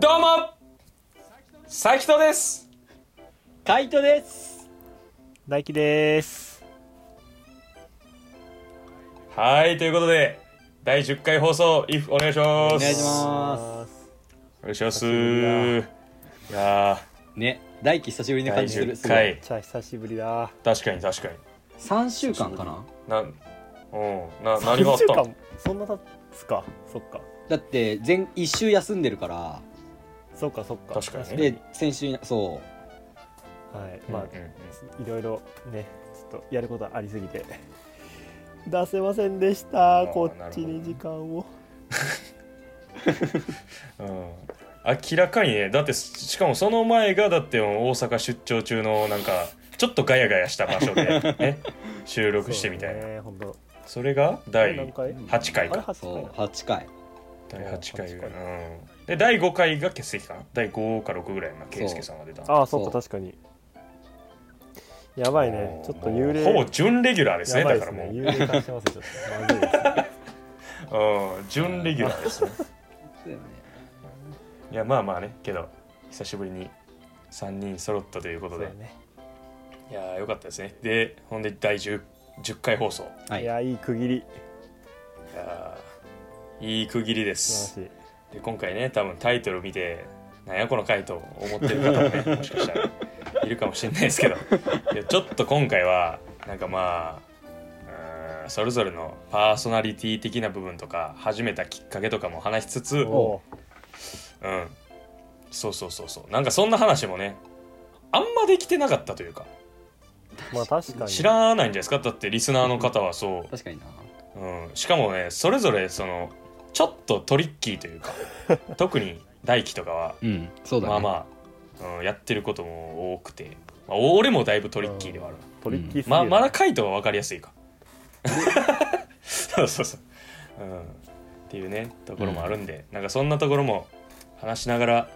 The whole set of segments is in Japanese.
どうも斉木とですカイトです。大輝ですはいということで第10回放送 IF お願いしますお願いしまお願いしますいやす。ね、大輝久しぶりーな第感じする。 10回じゃあ久しぶりだ確かに確かに三週間かな。なんうんな何があっ三週た間そんな経つかそっかだって前一週休んでるから。そっかそっか確かにねで先週なそはいままあ、あうんうんいろいろねちょっとやることあり すぎて出せませんでしたあーこっちに時間をうん明らかにねだってししかもその前がだって大阪出張中のなんかちょっとガヤガヤした場所 で、ね、収録してみたいなそそ,、うね本当れが第何回8回あれかうそ8う八回回。第8回が八うん、で第5回が欠席かな第5か6ぐらいな圭介さんが出たのああそっそうか確かにやばいねちょっと幽霊ほぼ準レギュラーですねやばいだかですらねもう、幽霊化してますよちょっとまずいですうん準レギュラーです ねだよね。いやまあまあねけど久しぶりに3人揃ったということそうで、だ ねいやーよかったですねでほんで第 10, 10回放送いはいい。やいい区切りやーいい区切りで素す晴らしいで今回ね多分タイトル見てなんやこの回と思ってる方もねもしかしたらいるかもしれないですけどいやちょっと今回はなんかまあうーんそれぞれのパーソナリティ的な部分とか始めたきっかけとかも話しつつうおーんそうそうそうそうなんかそんな話もねあんまできてなかったというかまあ確かに知らないんじゃないですかだってリスナーの方はそ確かにな。う、うん、しかもねそれぞれそのちょっとトリッキーというか特に大輝とかはうん。そうだね。まあまあ、うん、やってることも多くて、まあ、俺もだいぶトリッキーではあるトリッキーすぎるまあまだカイトは分かりやすいか そうそうそう、うん、っていうねところもあるんで、なんかそんなところも話しながら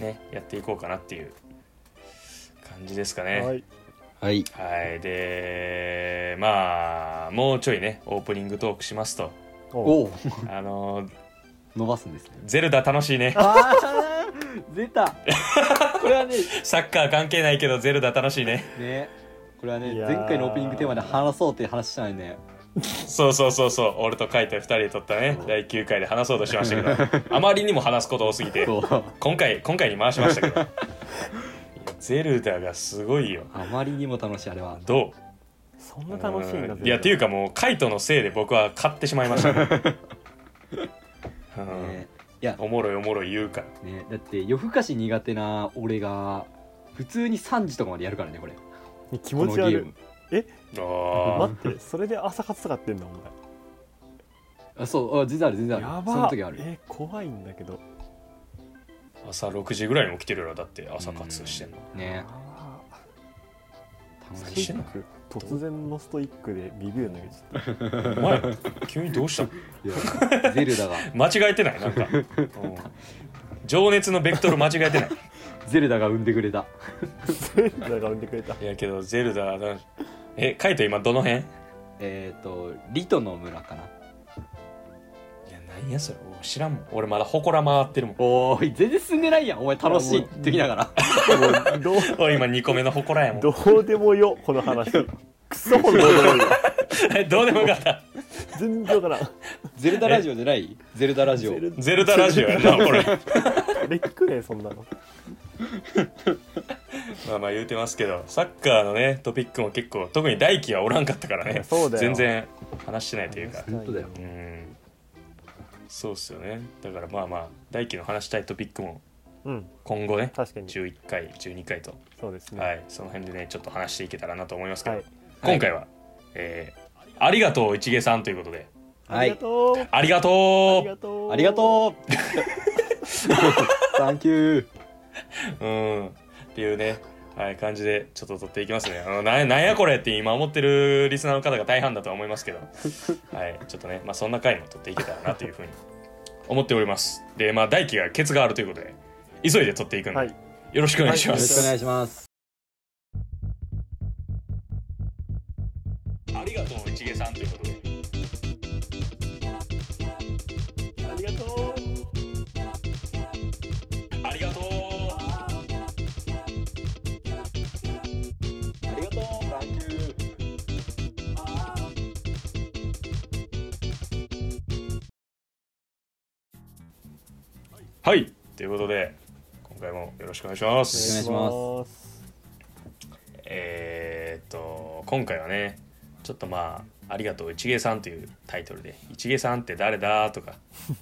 ねやっていこうかなっていう感じですかねはいはい。はいでまあもうちょいねオープニングトークしますとおおお。あの 伸ばすんですね。ゼルダ楽しい ねああ出た。これはねサッカー関係ないけどゼルダ楽しいねね。これはねいや前ー回のオープニングテーマで話そうっていう話じゃないね。そうそうそうそう俺と海イ2人で撮ったね第9回で話そうとしましたけ どあまりにも話すこと多すぎてそう。今回今回に回しましたけど いやゼルダがすごいよあまりにも楽しいあれは。どうそんな楽しいんだうんいやっていうかもうカイトのせいで僕は買ってしまいました、 うんね。いやおもろいおもろい言うからねだって夜更かし苦手な俺が普通に3時とかまでやるからねこれ気持ち悪いあ待ってそれで朝活とかってんだおあそうあ全然ある全然前あるやばその時あるえ怖いんだけどー朝6時ぐらいに起きてるよだって朝活してんのねあ楽何ししいてんの突然のストイックでビビるんだけどちょっお前急にどうしたのいやゼルダが間違えてないなんか、うん情熱のベクトル間違えてないゼルダが生んでくれたとセンターが産んでくれたいやけどゼルダだえカイト今どの辺いやえっ、とリトの村かな何やそれお知らんもん俺まだ祠回ってるもんおーい全然進んでないやんお前楽しいって言いながらもうどう俺今2個目の祠やもんどうでもよこの話クソほどどうでもよ え どうでもよかった全然わからんゼルダラジオじゃないゼルダラジオゼルゼルダラジオやな これ俺聞くねそんなのまあまあ言うてますけどサッカーのねトピックも結構特に大輝はおらんかったからいねやそうだよ全然話してないというか本当だようんそうっすよねだからまあまあ大輝の話したいトピックもうん今後ね確かに11回12回と、そうですねはい、その辺でねちょっと話していけたらなと思いますけど、はい今回は、えーありがとう一毛さん」ということであはりがいとうありがあとりがとうありが とうサンキューううんっていうね、はい、感じでちょっと撮っていきますねあのななんやこれって今思ってるリスナーの方が大半だとは思いますけど、はい、ちょっとね、まあ、そんな回も撮っていけたらなというふうに思っておりますでまあ大輝がケツがあるということで急いで撮っていくんで、はい。よろしくお願いしよまろしくおす、願いしますありがとう一毛さんということでりがとうありがとうありがとうサンキューはいということで今回もよろしくお願いしまおす願いしますえーっと今回はねちょっとまあ「ありがとう一芸さん」というタイトルで「一芸さんって誰だ?」と か、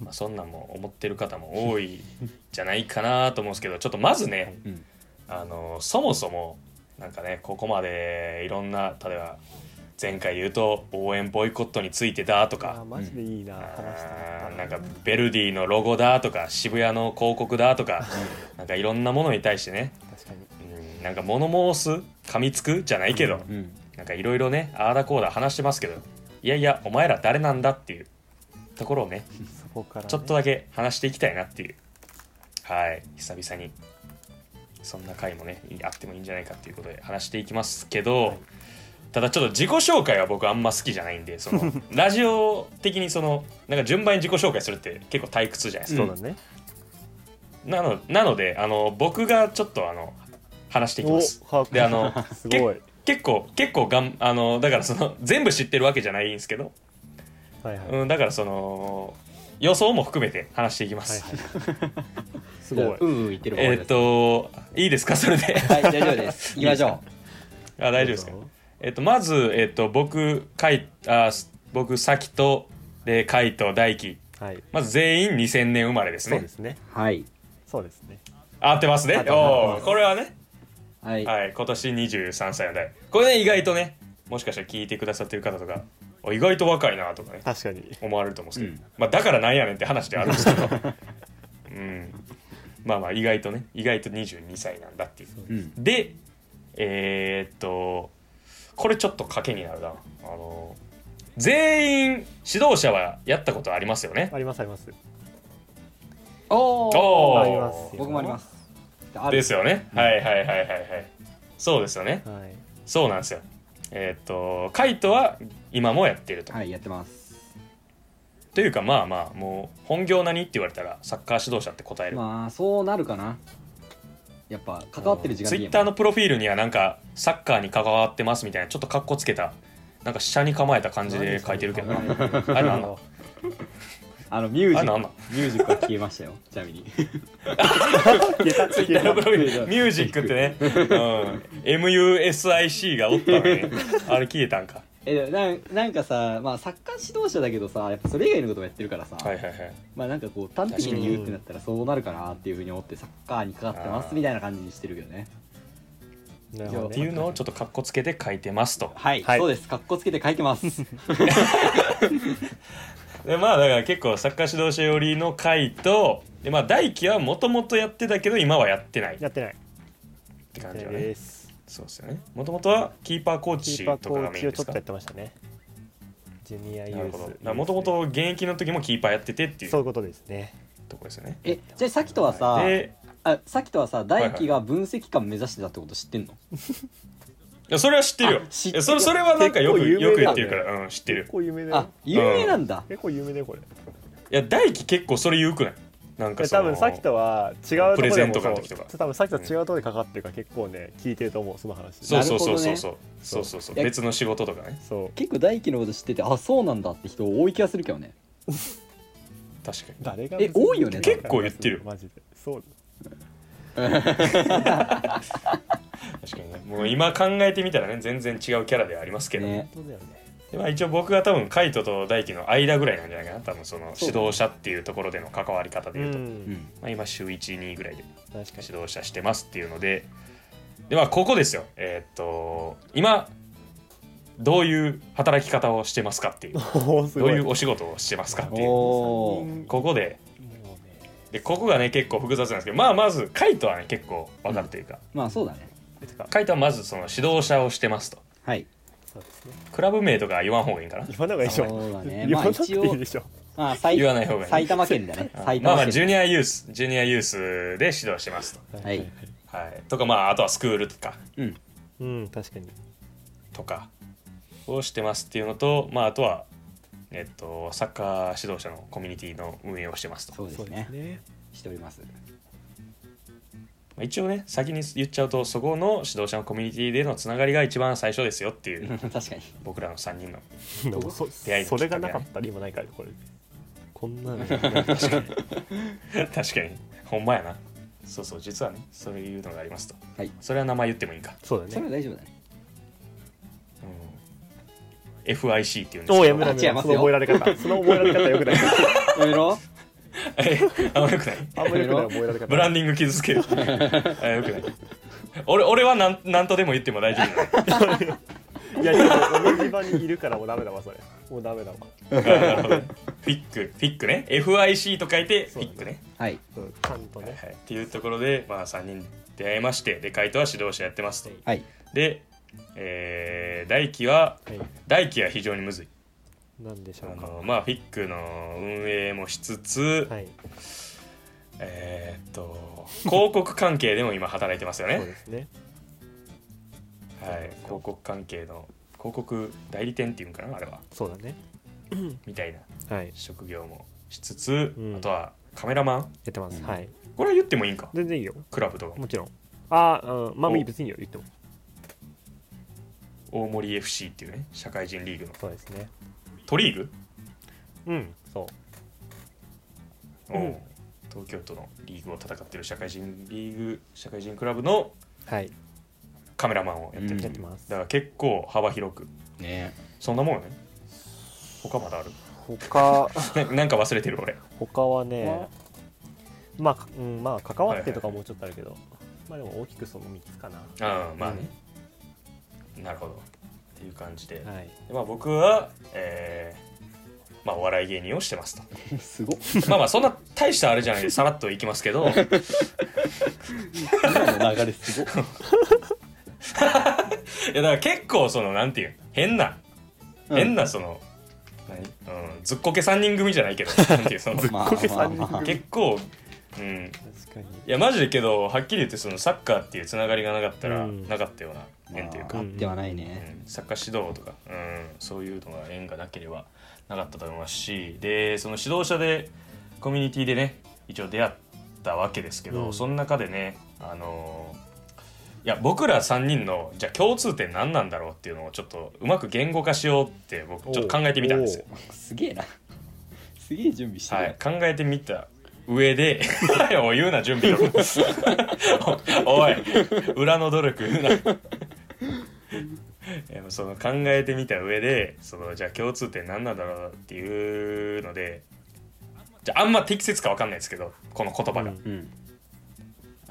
まあ、そんなんも思ってる方も多い んじゃないかなと思うんですけどちょっとまずねうんあのそもそもなんかねここまでいろんな例えば前回言うと応援ボイコットについてだとあーかマジでいいな、あ話したかーったなんかベルディのロゴだとか渋谷の広告だとかなんかいろんなものに対してね確かにうんなんか物申す噛みつくじゃないけど、うんなんかいろいろねああだこうだ話してますけどいやいやお前ら誰なんだっていうところをねそこから、ね、ちょっとだけ話していきたいなっていうはい久々にそんな回もねあってもいいんじゃないかっていうことで話していきますけど、はいただちょっと自己紹介は僕あんま好きじゃないんでそ のラジオ的にそのなんか順番に自己紹介するって結構退屈じゃないですそか、うだね、なのなのであの僕がちょっとあの話していきますおはであの すごい結構結構がんあのだからその全部知ってるわけじゃないんですけど、はいはい、うん、だからその予想も含めて話していきます、すごいうんうん言ってるえーっといいですかそれで はい大丈夫です行きましょ あ大丈夫ですかえっと、まず、えっと、僕、かい、あ、す僕、さきと、で、かいと、大輝。はいまず全員2000年生まれですそうでね。すねうはいそうですね合ってますね。合ってますおお、合ってますこれはね。はいはい、今年23歳の代。これね、意外とね、もしかしたら聞いてくださってる方とか、お意外と若いなとかね、確かに思われると思うんですけど、うまあ、だからなんやねんって話ではあるんですけど、うん。まあまあ、意外とね、意外と22歳なんだっていう。うんでえーっとこれちょっと賭けになるなあの全員指導者はやったことありますよねありますありますおおーおあります僕もありますあるですよね、はいはいはいはいはいそうですよねはいそうなんですよえーっとカイトは今もやってると、はいやってますというかまあまあもう本業何って言われたらサッカー指導者って答える、まあそうなるかなやっぱ関わってる時間ツイッターのプロフィールにはなんかサッカーに関わってますみたいなちょっとカッコつけたなんか飛車に構えた感じで書いてるけどな何それあれ なんだあのミュージあれックなんなんミュージックは消えましたよ ちなみに消えたツイッターのプロフィールミュージックってね、うん、MUSIC がおったのにあれ消えたんかえでもなんなんかさまあサッカー指導者だけどさやっぱそれ以外のこともやってるからさ、はいはいはいまあなんかこう端的に言うってなったらそうなるかなっていうふうに思ってサッカーにかかってますみたいな感じにしてるけどねなるほどっていうねのをちょっとカッコつけて書いてますとはい、はいそうですかっこつけて書いて ますでまあだから結構サッカー指導者寄りの回とでまあ大輝はもともとやってたけど今はやってないっやってないて感じよねですそうですよねもともとはキーパーコーキチーパーとコかがーメインチをでちすょっとかやってましたねジュニアユなるーほどだかスらもともと現役の時もキーパーやっててっていうそういとうことですねこですよねえじゃあさきとはさであさきとはいさはい大輝が分析官目指してたってこと知ってんの、いやそれは知ってるよあ知いってるやそれそれはなんかよく結構有名よく言だっねてるから、うん、知ってる結構有名だあよ有名なんだ、結構有名だよこれいや大輝結構それ言うくないなんかそ多の分さっきとは違うところでもプレゼントかの時とかそう多分さっきとは違うところでかかってるから結構ね聞いてると思うその話そうそうそうなそうるほそう、そうそうそういや別の仕事とかねそう結構大輝のこと知っててあそうなんだって人多い気がするけどね確 かに誰がえ多いよね結構言ってるマジでそう確かにねもう今考えてみたらね全然違うキャラではありますけど、ね本当だよねでまあ、一応僕が多分カイトと大輝の間ぐらいなんじゃないかな多分その指導者っていうところでの関わり方でういうと、うんんまあ、今週12ぐらいで確かに指導者してますっていうのででまあここですよえーっと今どういう働き方をしてますかっていうおー すどごういいうお仕事をしてますかっていうおーここでもうねでここがね結構複雑なんですけどまあまずカイトはね結構分かるというか、まあそうだねてかカイトはまずその指導者をしてますとはいそうですねクラブ名とかは言わん方がいいんかな言わない方がいいでしょそうだね言まわあなくて一いい応でしょまあ埼言わない方がいい埼玉県だねあ埼まあま玉あジュ県ニアユースジュニアユースで指導してますと,、はいはい、とかまああとはスクールとかうんうん確かにとかをしてますっていうのとまああとはえっと、サッカー指導者のコミュニティの運営をしてますと。そうですねねしておりますまあ一応ね、先に言っちゃうと、そこの指導者のコミュニティでのつながりが一番最初ですよっていう、確かに僕らの3人の。 でもそ出会いのそれがなかったら今ないからこれこ んなの確かに確かに、ほんまやな。そうそう、実はね、そういうのがありますと。はいそれは名前言ってもいいか。そうそだれねは大丈夫だねうん、FIC っていうんですおおけやどめろあやめ違いろますそよの覚えられ方その覚えられ方よくないやめろ あんまよくないあんまりよくない覚えられ方ブランディング傷つける あよくない俺俺はなんなんとでも言っても大丈夫いやいや同じ場にいるからもうダメだわそれもうダメだわ だなるほどねフィックフィックね FIC と書いてフィックねはいうんちゃんとはいねはい、っていうところで、まあ、3人出会いましてでカイトは指導者やってますとはいで、えー、大輝ははい大輝は非常にむずいなんでしあょうかのまあフィックの運営もしつつ、はいえーっと広告関係でも今働いてますよねそうですねはい、広告関係の広告代理店っていうんかなあれはそうだねみたいなはい職業もしつつ、うんあとはカメラマンやってますうんはいこれは言ってもいいんか全然いいよクラブとかももちろんああうんまあお別にいいよ言っても大森 FC っていうね社会人リーグのそうですね都リーグ、うんそうおう東京都のリーグを戦ってる社会人リーグ社会人クラブのはいカメラマンをやってる、うんやだってますから結構幅広くねそんなもんよね他まだある他 ななんか忘れてる俺他はねまあ、かうん、まあ関わってとかもうちょっとあるけど、まあでも大きくその3つかなああまあね、なるほどっていう感じで、はいでまあ、僕は、えーまあ、お笑い芸人をしてますと すごっまあまあそんな大したあれじゃないでさらっといきますけ ど今の流れすごっいやだから結構そのなんていう変な変なその、何うん、ずっこけ3人組じゃないけどなんていうそのまあこけまあ三人組まあ結構うん確かにいやマジでけどはっきり言ってそのサッカーっていうつながりがなかったら、うんなかったような縁というか、まあうあんってはないねサッカー指導とか、うん、そういうのが縁がなければなかったと思いますしでその指導者でコミュニティでね一応出会ったわけですけど、うんその中でねあのーいや僕ら3人のじゃあ共通点何なんだろうっていうのをちょっとうまく言語化しようって僕ちょっと考えてみたんですよ。すげえなすげえ準備してるはやい、考えてみた上で おい言うな準備を おい裏の努力言うな えその考えてみた上でそのじゃあ共通点何なんだろうっていうのでじゃああんま適切か分かんないですけどこの言葉が、うんうん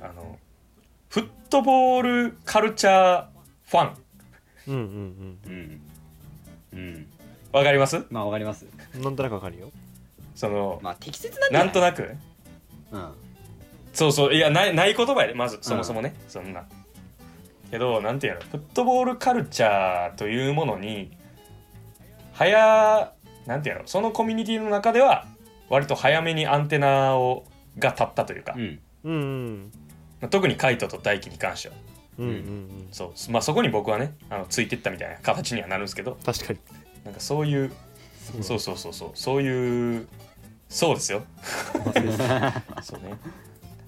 あのフットボールカルチャーファンうんうんうんうんわかりますまあわかりますうんなんとなくわかるよその、まあ適切なんじなゃないんとなくうんそうそういやないない言葉やでまずそもそもね、そんなけどなんていうのフットボールカルチャーというものに早なんていうのそのコミュニティの中では割と早めにアンテナをが立ったというか、うんうんうんまあ特にカイトと大輝に関してはうんうんうんそう、まあ、そこに僕はねあのついてったみたいな形にはなるんですけど確かになんかそういうそうそうそうそうそういうそうです よそうね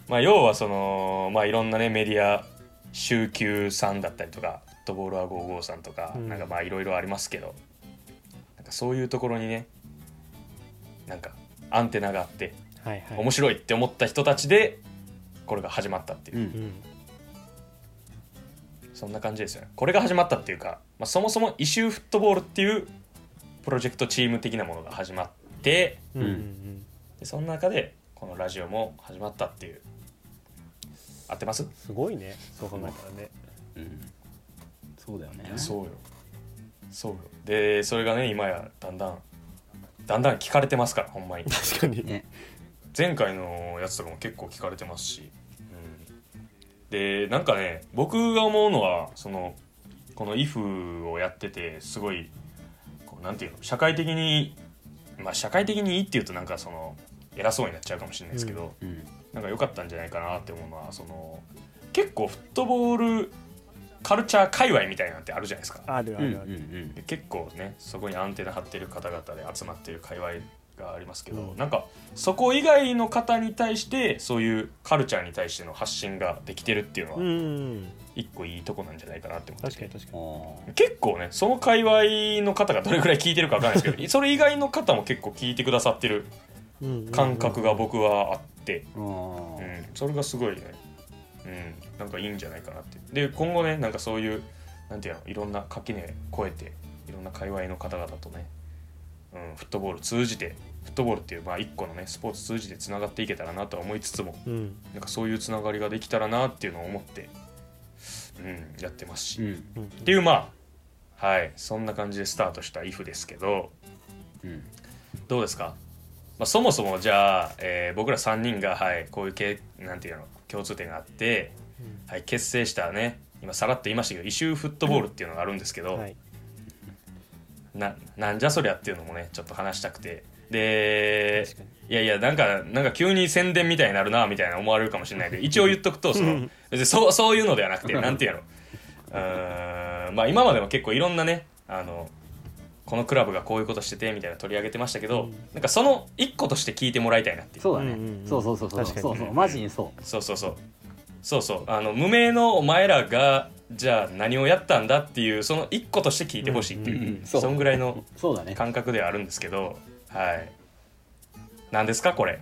まあ要はそのまあいろんなねメディア週休さんだったりとかフットボールは55さんとか、うんなんかまあいろいろありますけどなんかそういうところにねなんかアンテナがあってはいはい面白いって思った人たちでこれが始まったっていうう、んうんそんな感じですよねこれが始まったっていうか、まあ、そもそもイシューフットボールっていうプロジェクトチーム的なものが始まってうんうんでその中でこのラジオも始まったっていう合ってますすごいねそう考えたらねうんそうだよねうよそうよでそれがね今やだんだんだんだん聞かれてますからほんまに確かにね前回のやつとかも結構聞かれてますし、うん、でなんかね僕が思うのはそのこの「IF」をやっててすごいこうなんていうの社会的にまあ社会的にいいっていうとなんかその偉そうになっちゃうかもしれないですけど、うんなんか良かったんじゃないかなって思うのはその結構フットボールカルチャー界隈みたいなんてあるじゃないですかあるうあんうんるあうる、んで結構ねそこにアンテナ張ってる方々で集まってる界隈がありますけど、うんなんかそこ以外の方に対してそういうカルチャーに対しての発信ができてるっていうのうんはうん一個いいとこなんじゃないかなって思って確てかに確かあにー結構ねその界隈の方がどれくらい聞いてるかわかんないですけどそれ以外の方も結構聞いてくださってるうんうんうん感覚が僕はあって、あうーん、それがすごいね、うん、なんかいいんじゃないかなってで今後ねなんかそういうなんていうのいろんな垣根越えていろんな界隈の方々とね、うん、フットボール通じてフットボールっていうまあ一個のねスポーツ通じてつながっていけたらなとは思いつつもうんなんかそういうつながりができたらなっていうのを思って、うん、やってますし、うっんうんていうまあはいそんな感じでスタートした IF ですけどうんどうですか、まあ、そもそもじゃあ、えー僕ら3人が、はい、こういうけなんていうの共通点があって、うんはい、結成したね今さらっと言いましたけど異臭フットボールっていうのがあるんですけど、はいななんじゃそりゃっていうのもねちょっと話したくてで確かにいやいやなんかなんか急に宣伝みたいになるなみたいな思われるかもしれないけど一応言っとくとそうのん別にそうそういうのではなくてなんていうのうーんまあ今までも結構いろんなねあのこのクラブがこういうことしててみたいな取り上げてましたけど、うんなんかその一個として聞いてもらいたいなっていうそうだうんうんうねんそうそうそうそう確かにそうそうマジにそそうそうそうそうそうあの無名のお前らがじゃあ何をやったんだっていうその一個として聞いてほしいってういう、うんうんそんぐらいのうそうだね感覚ではあるんですけどはい何ですかこれ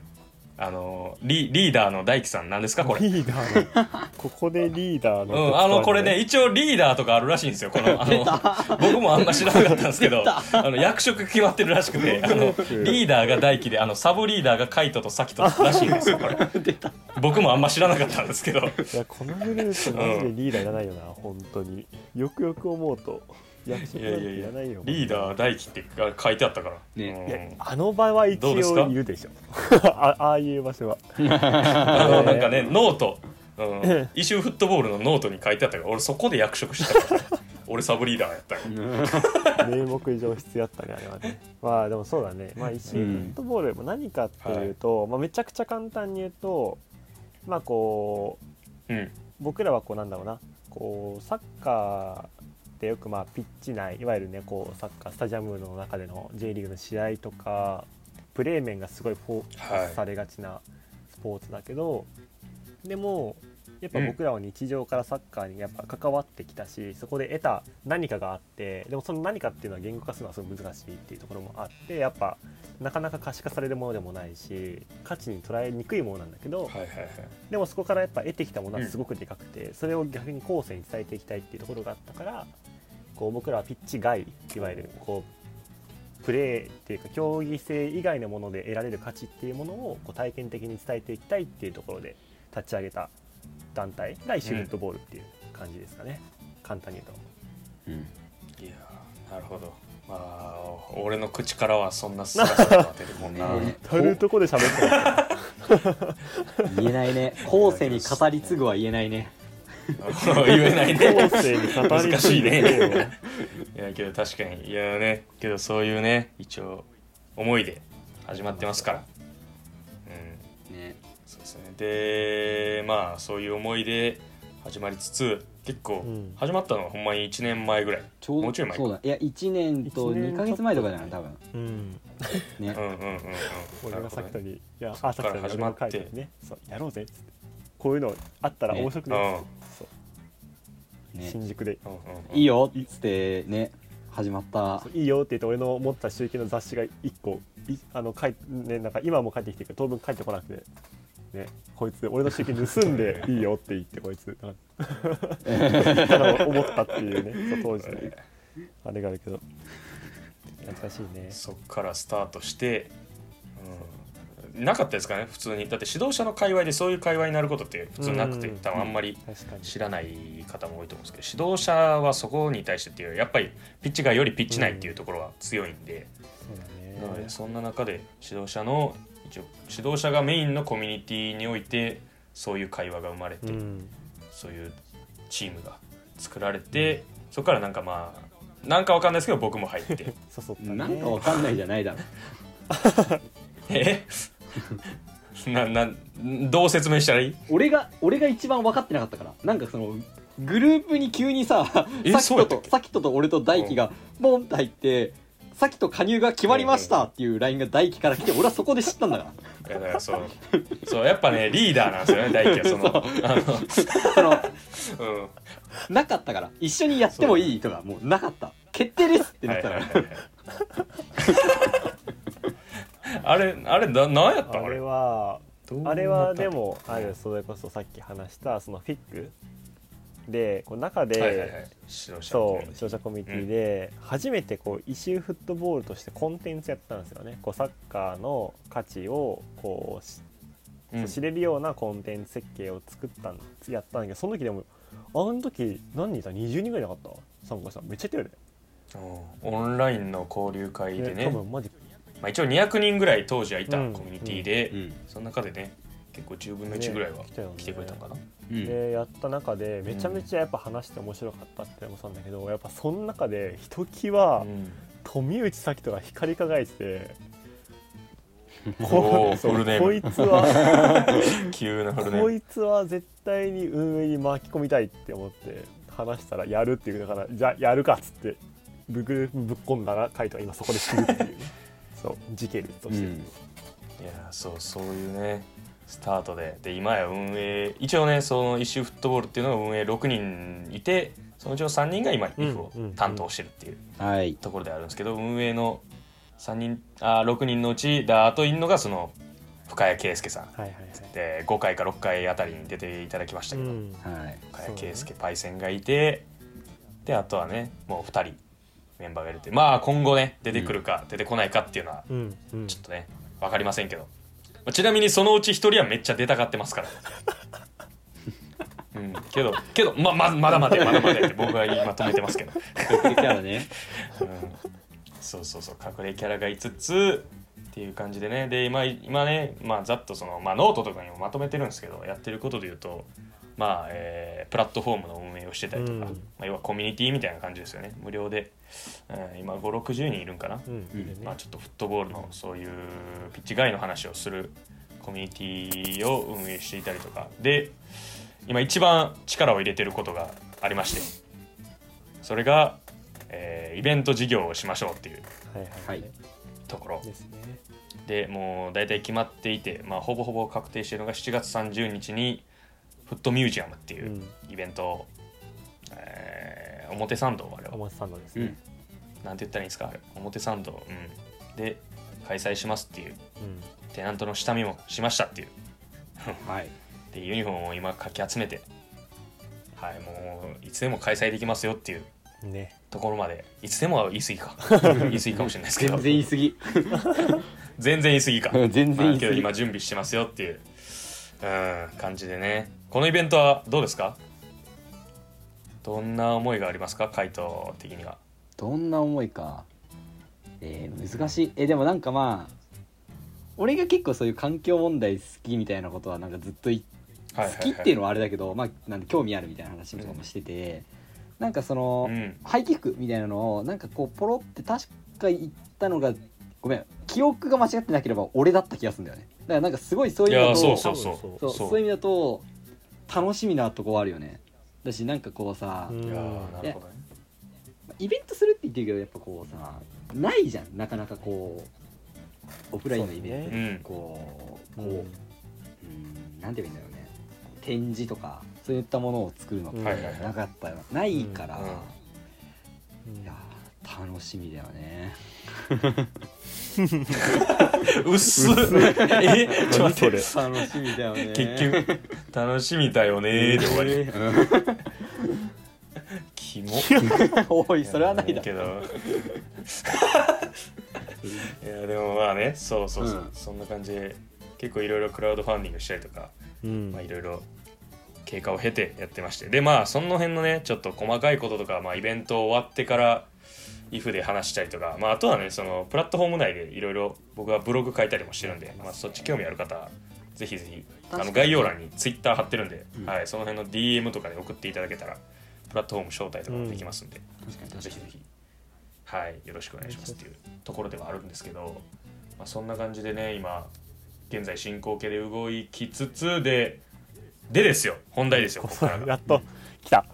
あのリリーダーの大樹さん何ですかこれリーダーのここでリーダーうの、ん、あのこれね一応リーダーとかあるらしいんですよこのあの 僕もあんま知らなかったんですけどあの役職決まってるらしく てあのリーダーが大輝であのサブリーダーがカイトとサキトらしいんですよこれ 僕もあんま知らなかったんですけどいやこのグループマジでリーダーいらないよな、本当によくよく思うと役職いなやいやんていいやらないよリーダー大輝って書いてあったから、ねういんやあの場は一どうですか応いるで しょあああいう場所はあのえーなんかねノート、うん、イシューフットボールのノートに書いてあったから俺そこで役職してたから俺サブリーダーやったかうん名目上必要やったねあれはねまあでもそうだねまあ石井フットボールも何かっていうと、まあ、めちゃくちゃ簡単に言うとまあこうらうん僕らはこうなんだろうなこうサッカーでよくまあピッチ内いわゆるねこうサッカースタジアムの中での J リーグの試合とかプレー面がすごいフォーカスされがちなスポーツだけど、でもやっぱ僕らは日常からサッカーにやっぱ関わってきたし、そこで得た何かがあってでもその何かっていうのは言語化するのはすごい難しいっていうところもあってやっぱなかなか可視化されるものでもないし価値に捉えにくいものなんだけはど、いはいはいでもそこからやっぱ得てきたものはすごくでかくて、それを逆に後世に伝えていきたいっていうところがあったからこう僕らはピッチ外いわゆるこうプレーっていうか競技性以外のもので得られる価値っていうものをこう体験的に伝えていきたいっていうところで立ち上げた団体が一種フットボールっていう感じですかね、簡単に言うとうんいやーなるほどまあ俺の口からはそんなすらすら出てこんな、ね至るとこで喋ってます 言えな いね後世に語り継ぐは言えないね言えないね後世に語り難 しい ねねいやけど確かにいやねけどそういうね一応思いで始まってますからうんねそうですねでまあそういう思いで始まりつつ結構うん始まったのはほんまに1年前ぐらい、ちょうもどうちょい前かそうだいや1年と一年2か月前とかじゃない多分うんねうんうんうんうん俺なるがほどさっねきとに、いやそっ朝から来た始まってにねそうやろうぜっつってこういうのあったらね面白くうねんっつって、そうね新宿でうんうんうんいいよっつってね始まったそういいよって言って俺の持ってた集計の雑誌が一個いあのかいねなんか今も帰ってきてるけど当分帰ってこなくて。ね、こいつ俺の集計盗ん でいいよって言ってこいつなんか言ったら思ったっていうねそう当時のあれがあるけど懐かしいねそっからスタートして、うん、なかったですかね普通にだって指導者の界隈でそういう界隈になることって普通なくてうん多分あんまり確かに知らない方も多いと思うんですけど指導者はそこに対してっていうよりやっぱりピッチがよりピッチ内っていうところは強いんで、そうだなのねでそんな中で指導者の一応指導者がメインのコミュニティにおいてそういう会話が生まれて、うんそういうチームが作られてそこからなんかまあなんかわかんないですけど僕も入って誘ったねなんかわかんないじゃないだろ え ななどう説明したらいい俺が俺が一番分かってなかったからなんかそのグループに急にささ えきそうやとったっとけさきとと俺と大輝がボンって入ってさきと加入が決まりましたっていう LINE が大輝から来て俺はそこで知ったんだから いやだからそうそうやっぱねリーダーなんですよね大輝はそのそのうんなかったから一緒にやってもいいとかもうなかった決定ですってなってたからはいはいはいはいあれあれな何やったあんあれれはどうなあったれはでもあはれいそれこそさっき話したそのフィックでこう中はいはいはでい指導者そう視聴者コミュニティで初めてこう異臭フットボールとしてコンテンツやったんですよねこうサッカーの価値をこうしうん知れるようなコンテンツ設計を作ったんやったんだけどその時でもあの時何人いた20人ぐらいいなかった参加さんめっちゃいたよねうんオンラインの交流会でね、多分マジまあ、一応200人ぐらい当時はいたうんコミュニティで、うんその中でね結構10分の1ぐらいはね来たよね来てくれたのかな、うんでやった中でめちゃめちゃやっぱ話して面白かったって思ってたんだけど、やっぱその中でひときわうん富内咲とか光り輝いて て、おこーそう フルネームこいつは急なフルネーこムいつは絶対に運営に巻き込みたいって思って話したらやるっていうだからじゃあやるかっつってぶくぶっ込んだら回答は今そこで死ぬって いうそう時系列として、うんいやーそうそういうねスタートでで今や運営一応ねその一周フットボールっていうのが運営6人いてそのうちの3人が今うん IF を担当してるっていうはいところであるんですけど、運営の3人あ6人のうちだあといるのがその深谷圭介さんはいはいはいで5回か6回あたりに出ていただきましたけど、うんはい 加谷圭介パイセンがいてであとはねもう2人メンバーが出てまあ今後ね出てくるか出てこないかっていうのはうんうんちょっとね分かりませんけど、まあちなみにそのうち1人はめっちゃ出たがってますから。うん、けどけどまままだまだまだまだって僕は言いまとめてますけど、キャラねうん、そうそうそう隠れキャラがいつつっていう感じでねで今今ね、まあ、ざっとその、まあ、ノートとかにもまとめてるんですけどやってることで言うと、まあえープラットフォームの運営をしてたりとか、うんまあ、要はコミュニティみたいな感じですよね無料で、うん、今560人いるんかな、うんうんでねまあ、ちょっとフットボールのそういうピッチ外の話をするコミュニティを運営していたりとかで今一番力を入れてることがありましてそれが、えーイベント事業をしましょうっていうはいははいいところですねでもう大体決まっていて、まあ、ほぼほぼ確定しているのが7月30日にフットミュージアムっていううんイベントを、えー表参道あれはお松さんのですうねんなんて言ったらいいんですかあれ表参道、うん、で開催しますっていううんテナントの下見もしましたっていうはいでユニフォームを今かき集めてはいもういつでも開催できますよっていうねところまでいつでもは言い過ぎ か言い過ぎかもしれないですけ全ど然言い過ぎ 全然言い過ぎか全然言い過ぎけど今準備してますよっていううん感じでねこのイベントはどうですかどんな思いがありますか回答的にはどんな思いかえー難しいえでもなんかまあ俺が結構そういう環境問題好きみたいなことはなんかずっと言っは好きっていうののはあれだけど、まあ、なんで興味あるみたいな話とかもしてて、なんかその、うん廃棄服みたいなのをなんかこうポロって確か言ったのがごめん記憶が間違ってなければ俺だった気がするんだよねだからなんかすごいそういいう意や味だとそうそうそうそうそうそうそういう意味だと楽しみなとこはあるよねだしなんかこうさ、うんいやーなるほどねイベントするって言ってるけどやっぱこうさないじゃんなかなかこうオフラインのイベントそうねでこう,、こううんなんて言うんだろうね展示とかそういったものを作るのってうんはいはいはいなかったよないから、うんうんいやー楽しみだよねうっす えちょっと待って結楽しみだよね結局 楽しみだよねーで終わりキモうん おいそれはないだ けどいやでもまあねそうそうそう、うんそんな感じで結構いろいろクラウドファンディングしたりとかうんまあいろいろ経過を経てやってましてでまあその辺のねちょっと細かいこととか、まあ、イベント終わってからイフで話したりとか、まあ、あとはねそのプラットフォーム内でいろいろ僕はブログ書いたりもしてるんで、まあ、そっち興味ある方ぜひぜひあ確かのに概要欄にツイッター貼ってるんで、うんはい、その辺の DM とかで送っていただけたらプラットフォーム招待とかもできますんで、確かに確ぜひぜかにひ、はい、よろしくお願いしますっていうところではあるんですけど、まあ、そんな感じでね、今、現在進行形で動きつつで、でですよ、本題ですよ、ここそからうがやっと来た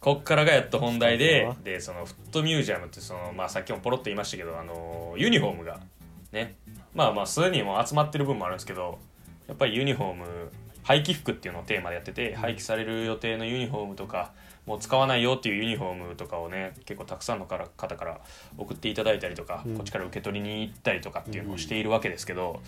こっからがやっと本題でそうそでそのフットミュージアムってその、まあ、さっきもポロっと言いましたけどあのユニフォームがねまあまあすでにもう集まってる分もあるんですけどやっぱりユニフォーム廃棄服っていうのをテーマでやってて廃棄される予定のユニフォームとかもう使わないよっていうユニフォームとかをね結構たくさんのから方から送っていただいたりとか、うんこっちから受け取りに行ったりとかっていうのをしているわけですけど、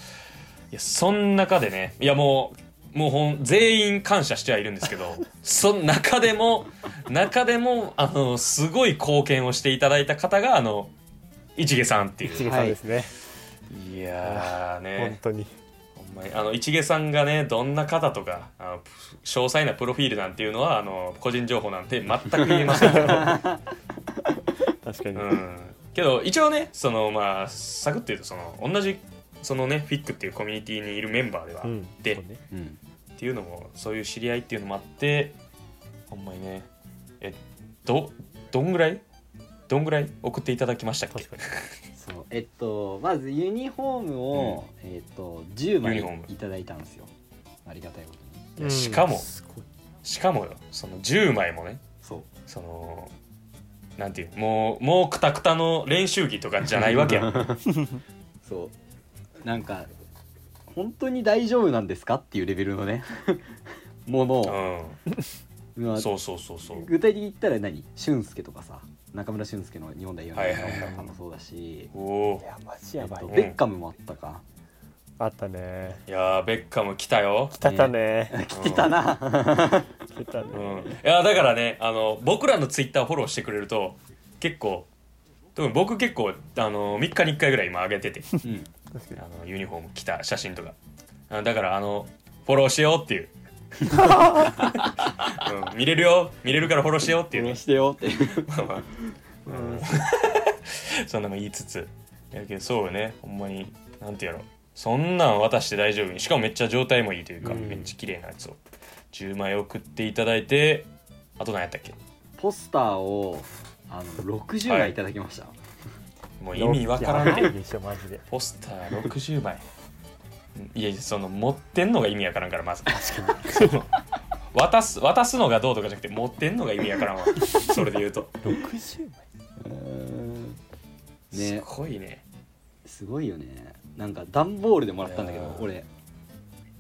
いやそん中でねいやもうもうほん全員感謝してはいるんですけ どその中でも中でもあのすごい貢献をしていただいた方があの一毛さんっていう一毛さんですね、いやーね本当にほんまにあの一毛さんがねどんな方とかあの詳細なプロフィールなんていうのはあの個人情報なんて全く言えませんけ ど、確かに、うん、けど一応ねそのまあサクッと言うとその同じそのねフィックっていうコミュニティにいるメンバーではあうんって、そうねうんっていうのもそういう知り合いっていうのもあってほんまにねえどどんぐらいどんぐらい送っていただきましたっけ確かにそうえっとまずユニフォームを、えっと10枚ユニフォームいただいたんですよありがたいことにいやしかもうんすごいしかもよその10枚もねそうそのなんていうもうもうくたくたの練習着とかじゃないわ けやんそうなんか本当に大丈夫なんですかっていうレベルのね ものを、うまあん、そうそうそうそう具体的に言ったら何俊介とかさ中村俊介の日本代表はいのはいはいさんもそうだし、おいおやマジやばえい、うっんとベッカムもあったか、あったねいやーベッカム来たよ、来たたね来てたな来たね、うん、いやーだからねあの僕らのツイッターフォローしてくれると結構特に僕結構あの3日に1回ぐらい今上げててうん確かにあのユニフォーム着た写真とかあだからあのフォローしてよっていう、うん、見れるよ見れるからフォローしてよっていうね電話してよってまあまあそんなの 言いつつやけどそうよねほんまになんてやろうそんなん渡して大丈夫にしかもめっちゃ状態もいいというか、うんめっちゃ綺麗なやつを10枚送っていただいてあと何やったっけポスターをあの60枚いただきました、もう意味わからんいけやどばいでしょマジでポスター60枚いやいやその持ってんのが意味わからんからまずその渡す渡すのがどうとかじゃなくて持ってんのが意味わからんわそれで言うと60枚すねごい ねすごいよねなんか段ボールでもらったんだけいやどー俺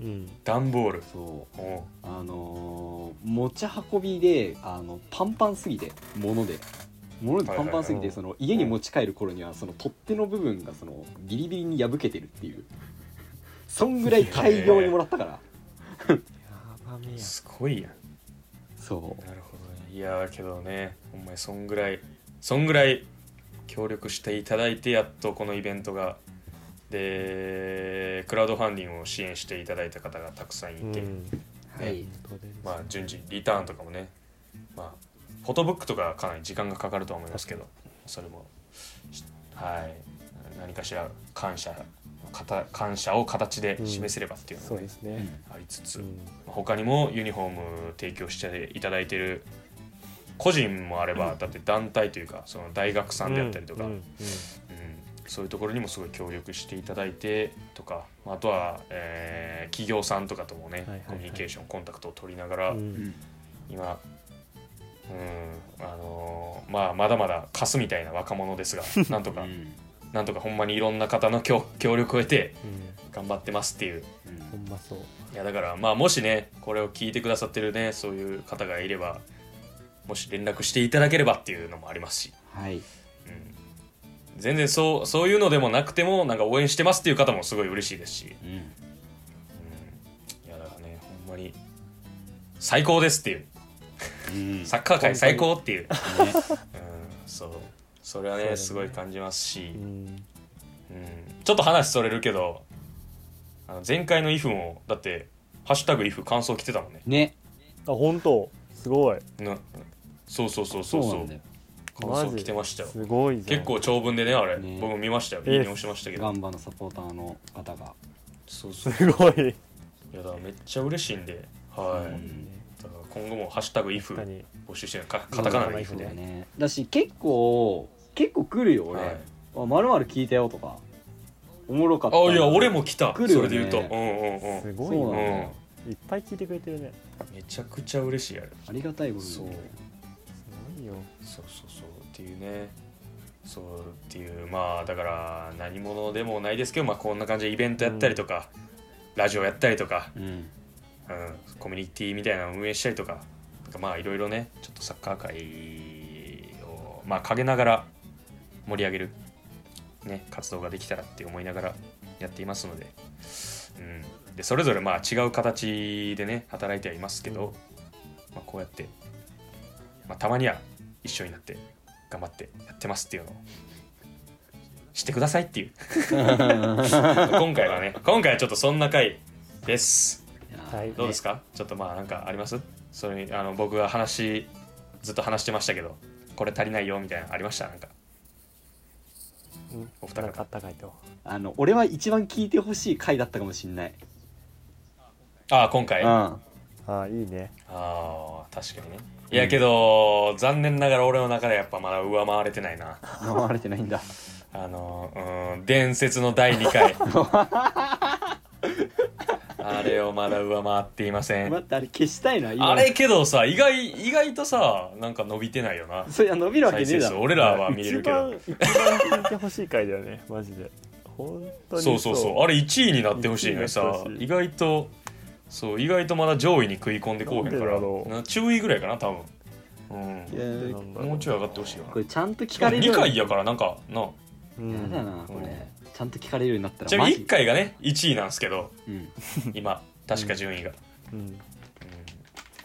うん段ボールそうおうあのー持ち運びであのパンパンすぎて物で物でパンパンすぎはいはいはていその家に持ち帰る頃にはその取っ手の部分がそのビリビリに破けてるっていうそんぐらい大量にもらったからやばめやすごいやんそなるほどねいやーけどねお前そんぐらいそんぐらい協力していただいてやっとこのイベントがでクラウドファンディングを支援していただいた方がたくさんいて、うんうはい本当ですまあ順次リターンとかもねまあフォトブックとかはかなり時間がかかるとは思いますけどそれもしはい何かしら感謝かた感謝を形で示せればっていうのそもうねですね、ありつつ、うん他にもユニフォーム提供していただいてる個人もあればだって団体というかその大学さんであったりとか、ううんんそういうところにもすごい協力していただいてとかあとは、えー企業さんとかともね、いはいはいコミュニケーションコンタクトを取りながら、うんう、うん今うんあのーまあまだまだカスみたいな若者ですがなんとうかんなんとかほんまにいろんな方の協協力を得てうん頑張ってますっていうほんまそういやだからまあもしねこれを聞いてくださってるねそういう方がいればもし連絡していただければっていうのもありますし、はいうん、全然そうそういうのでもなくてもなんか応援してますっていう方もすごい嬉しいですし、うんうん、いやだからねほんまに最高ですっていううんサッカー界最高っていう、うん、ねそうそれはねそうだねすごい感じますし、うんうん、ちょっと話それるけどあの前回の「if」もだって「ハッシュタグ if」感想来てたもんねねあ本当すごいなそうそうそうそそううそなんうだよ感想来てましたよすごいじゃん結構長文でねあれね僕見ましたよえーいいね押しましたけガどンバのサポーターの方がそう そうすごいいやだからめっちゃ嬉しいんではういんだから今後も「ハッシュタグ if 確か」に募集してるかカタカナの if そうでだねだし結構結構来るよ俺はい「あまるまる聞いたよ」とか「おもろかった」あいや俺も来たそ来るよれねで言うとうんうんうんすそごいうなんなだよ、うんいっぱい聞いてくれてるねめちゃくちゃ嬉しいあれありがたいことにそういよそうそうそうっていうねそうっていうまあだから何者でもないですけど、まあ、こんな感じでイベントやったりとか、ラジオやったりとか、うんうん、コミュニティみたいなのを運営したりとかなんかまあいろいろねちょっとサッカー界をまあ陰ながら盛り上げる、ね、活動ができたらって思いながらやっていますので,、うん、でそれぞれまあ違う形でね働いてはいますけど、まあ、こうやって、まあ、たまには一緒になって頑張ってやってますっていうのを。してくださいっていう 今回はね今回はちょっとそんな回ですいやはいどうですか、ちょっとまあなんかありますそれにあの僕が話ずっと話してましたけどこれ足りないよみたいなのありましたなんかうんお二方なんかあったかいとあの俺は一番聞いてほしい回だったかもしんない、ああ今回うあんああいいねあ確かにねいやけど、残念ながら俺の中でやっぱまだ上回れてないな飲まれてないんだあのうん伝説の第2回 あれをまだ上回っていませ待んってあれ消したいな今あれけどさ意外意外とさなんか伸びてないよなそりゃ伸びるわけ再ね生えだ数ろ俺らは見れ一るけど番一番聞いてほしい回だよ ねマジで本当にそうそうそうあれ1位になってほしいのにさ1位になってほしい意外とそう意外とまだ上位に食い込んでこうへんかなんでらだろうな中位ぐらいかな多分いやなんでーなんだうんろうもうちょい上がってほしいよこれちゃんと聞かなれる2回ややからなんかなうだんなこれ、ちゃんと聞かれるようになったらちなみに1回がね1位なんですけ どうん今確か順位が、うんうん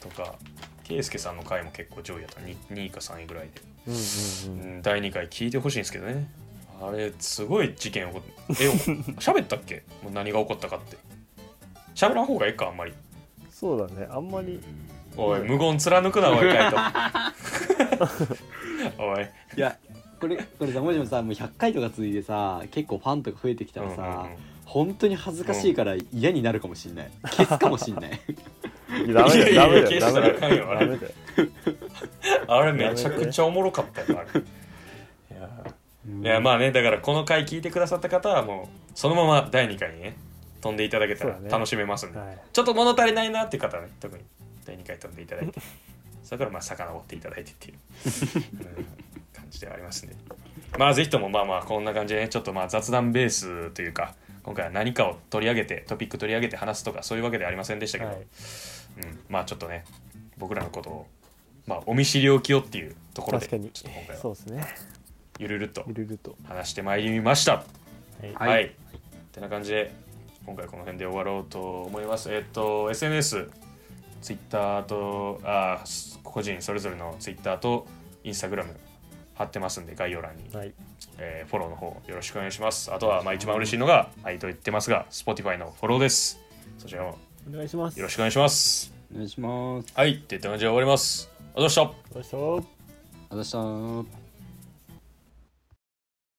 とか圭介さんの回も結構上位やった 2, 2位か3位ぐらいで、うんううんうんん、第2回聞いてほしいんですけどねあれすごい事件起こっえ 喋ったっけもう何が起こったかって喋らん方がいいかあんまりそうだねあんまりおい無言貫くなおいカイ トおいいやこれこれさもしもさもう100回とか続いてさ結構ファンとか増えてきたらさ、うんうんうん本当に恥ずかしいから嫌になるかもしんない消すかもしんないいやダメだいよやいやダメだよダメだよ消したらあかんよあダれメだよあれめちゃくちゃおもろかったよあ れいやいやまあねだからこの回聞いてくださった方はもうそのまま第2回にね飛んでいただけたらそうだね楽しめますんで、はいちょっと物足りないなっていう方はね特に第2回飛んでいただい てそれからまあ遡っていただいてっていう、うん感じではありますんでまあぜひともまあまあこんな感じでねちょっとまあ雑談ベースというか今回は何かを取り上げてトピック取り上げて話すとかそういうわけではありませんでしたけど、はいうん、まあちょっとね僕らのことを、まあ、お見知りおきよっていうところで確ちかょっとに今回そはうですねゆるるっといろいろと話してまいりました。はいはい、てな感じで今回この辺で終わろうと思いますえっと SNS ツイッターとあー個人それぞれのツイッターとインスタグラム貼ってますんで概要欄に、はいえーフォローの方よろしくお願いしますあとはまあ一番嬉しいのがはいと言ってますが Spotify のフォローですそちらもお願いしますよろしくお願いしますお願いしますはいって言った感じで終わりますありがとうございましたよいしょありがとうございました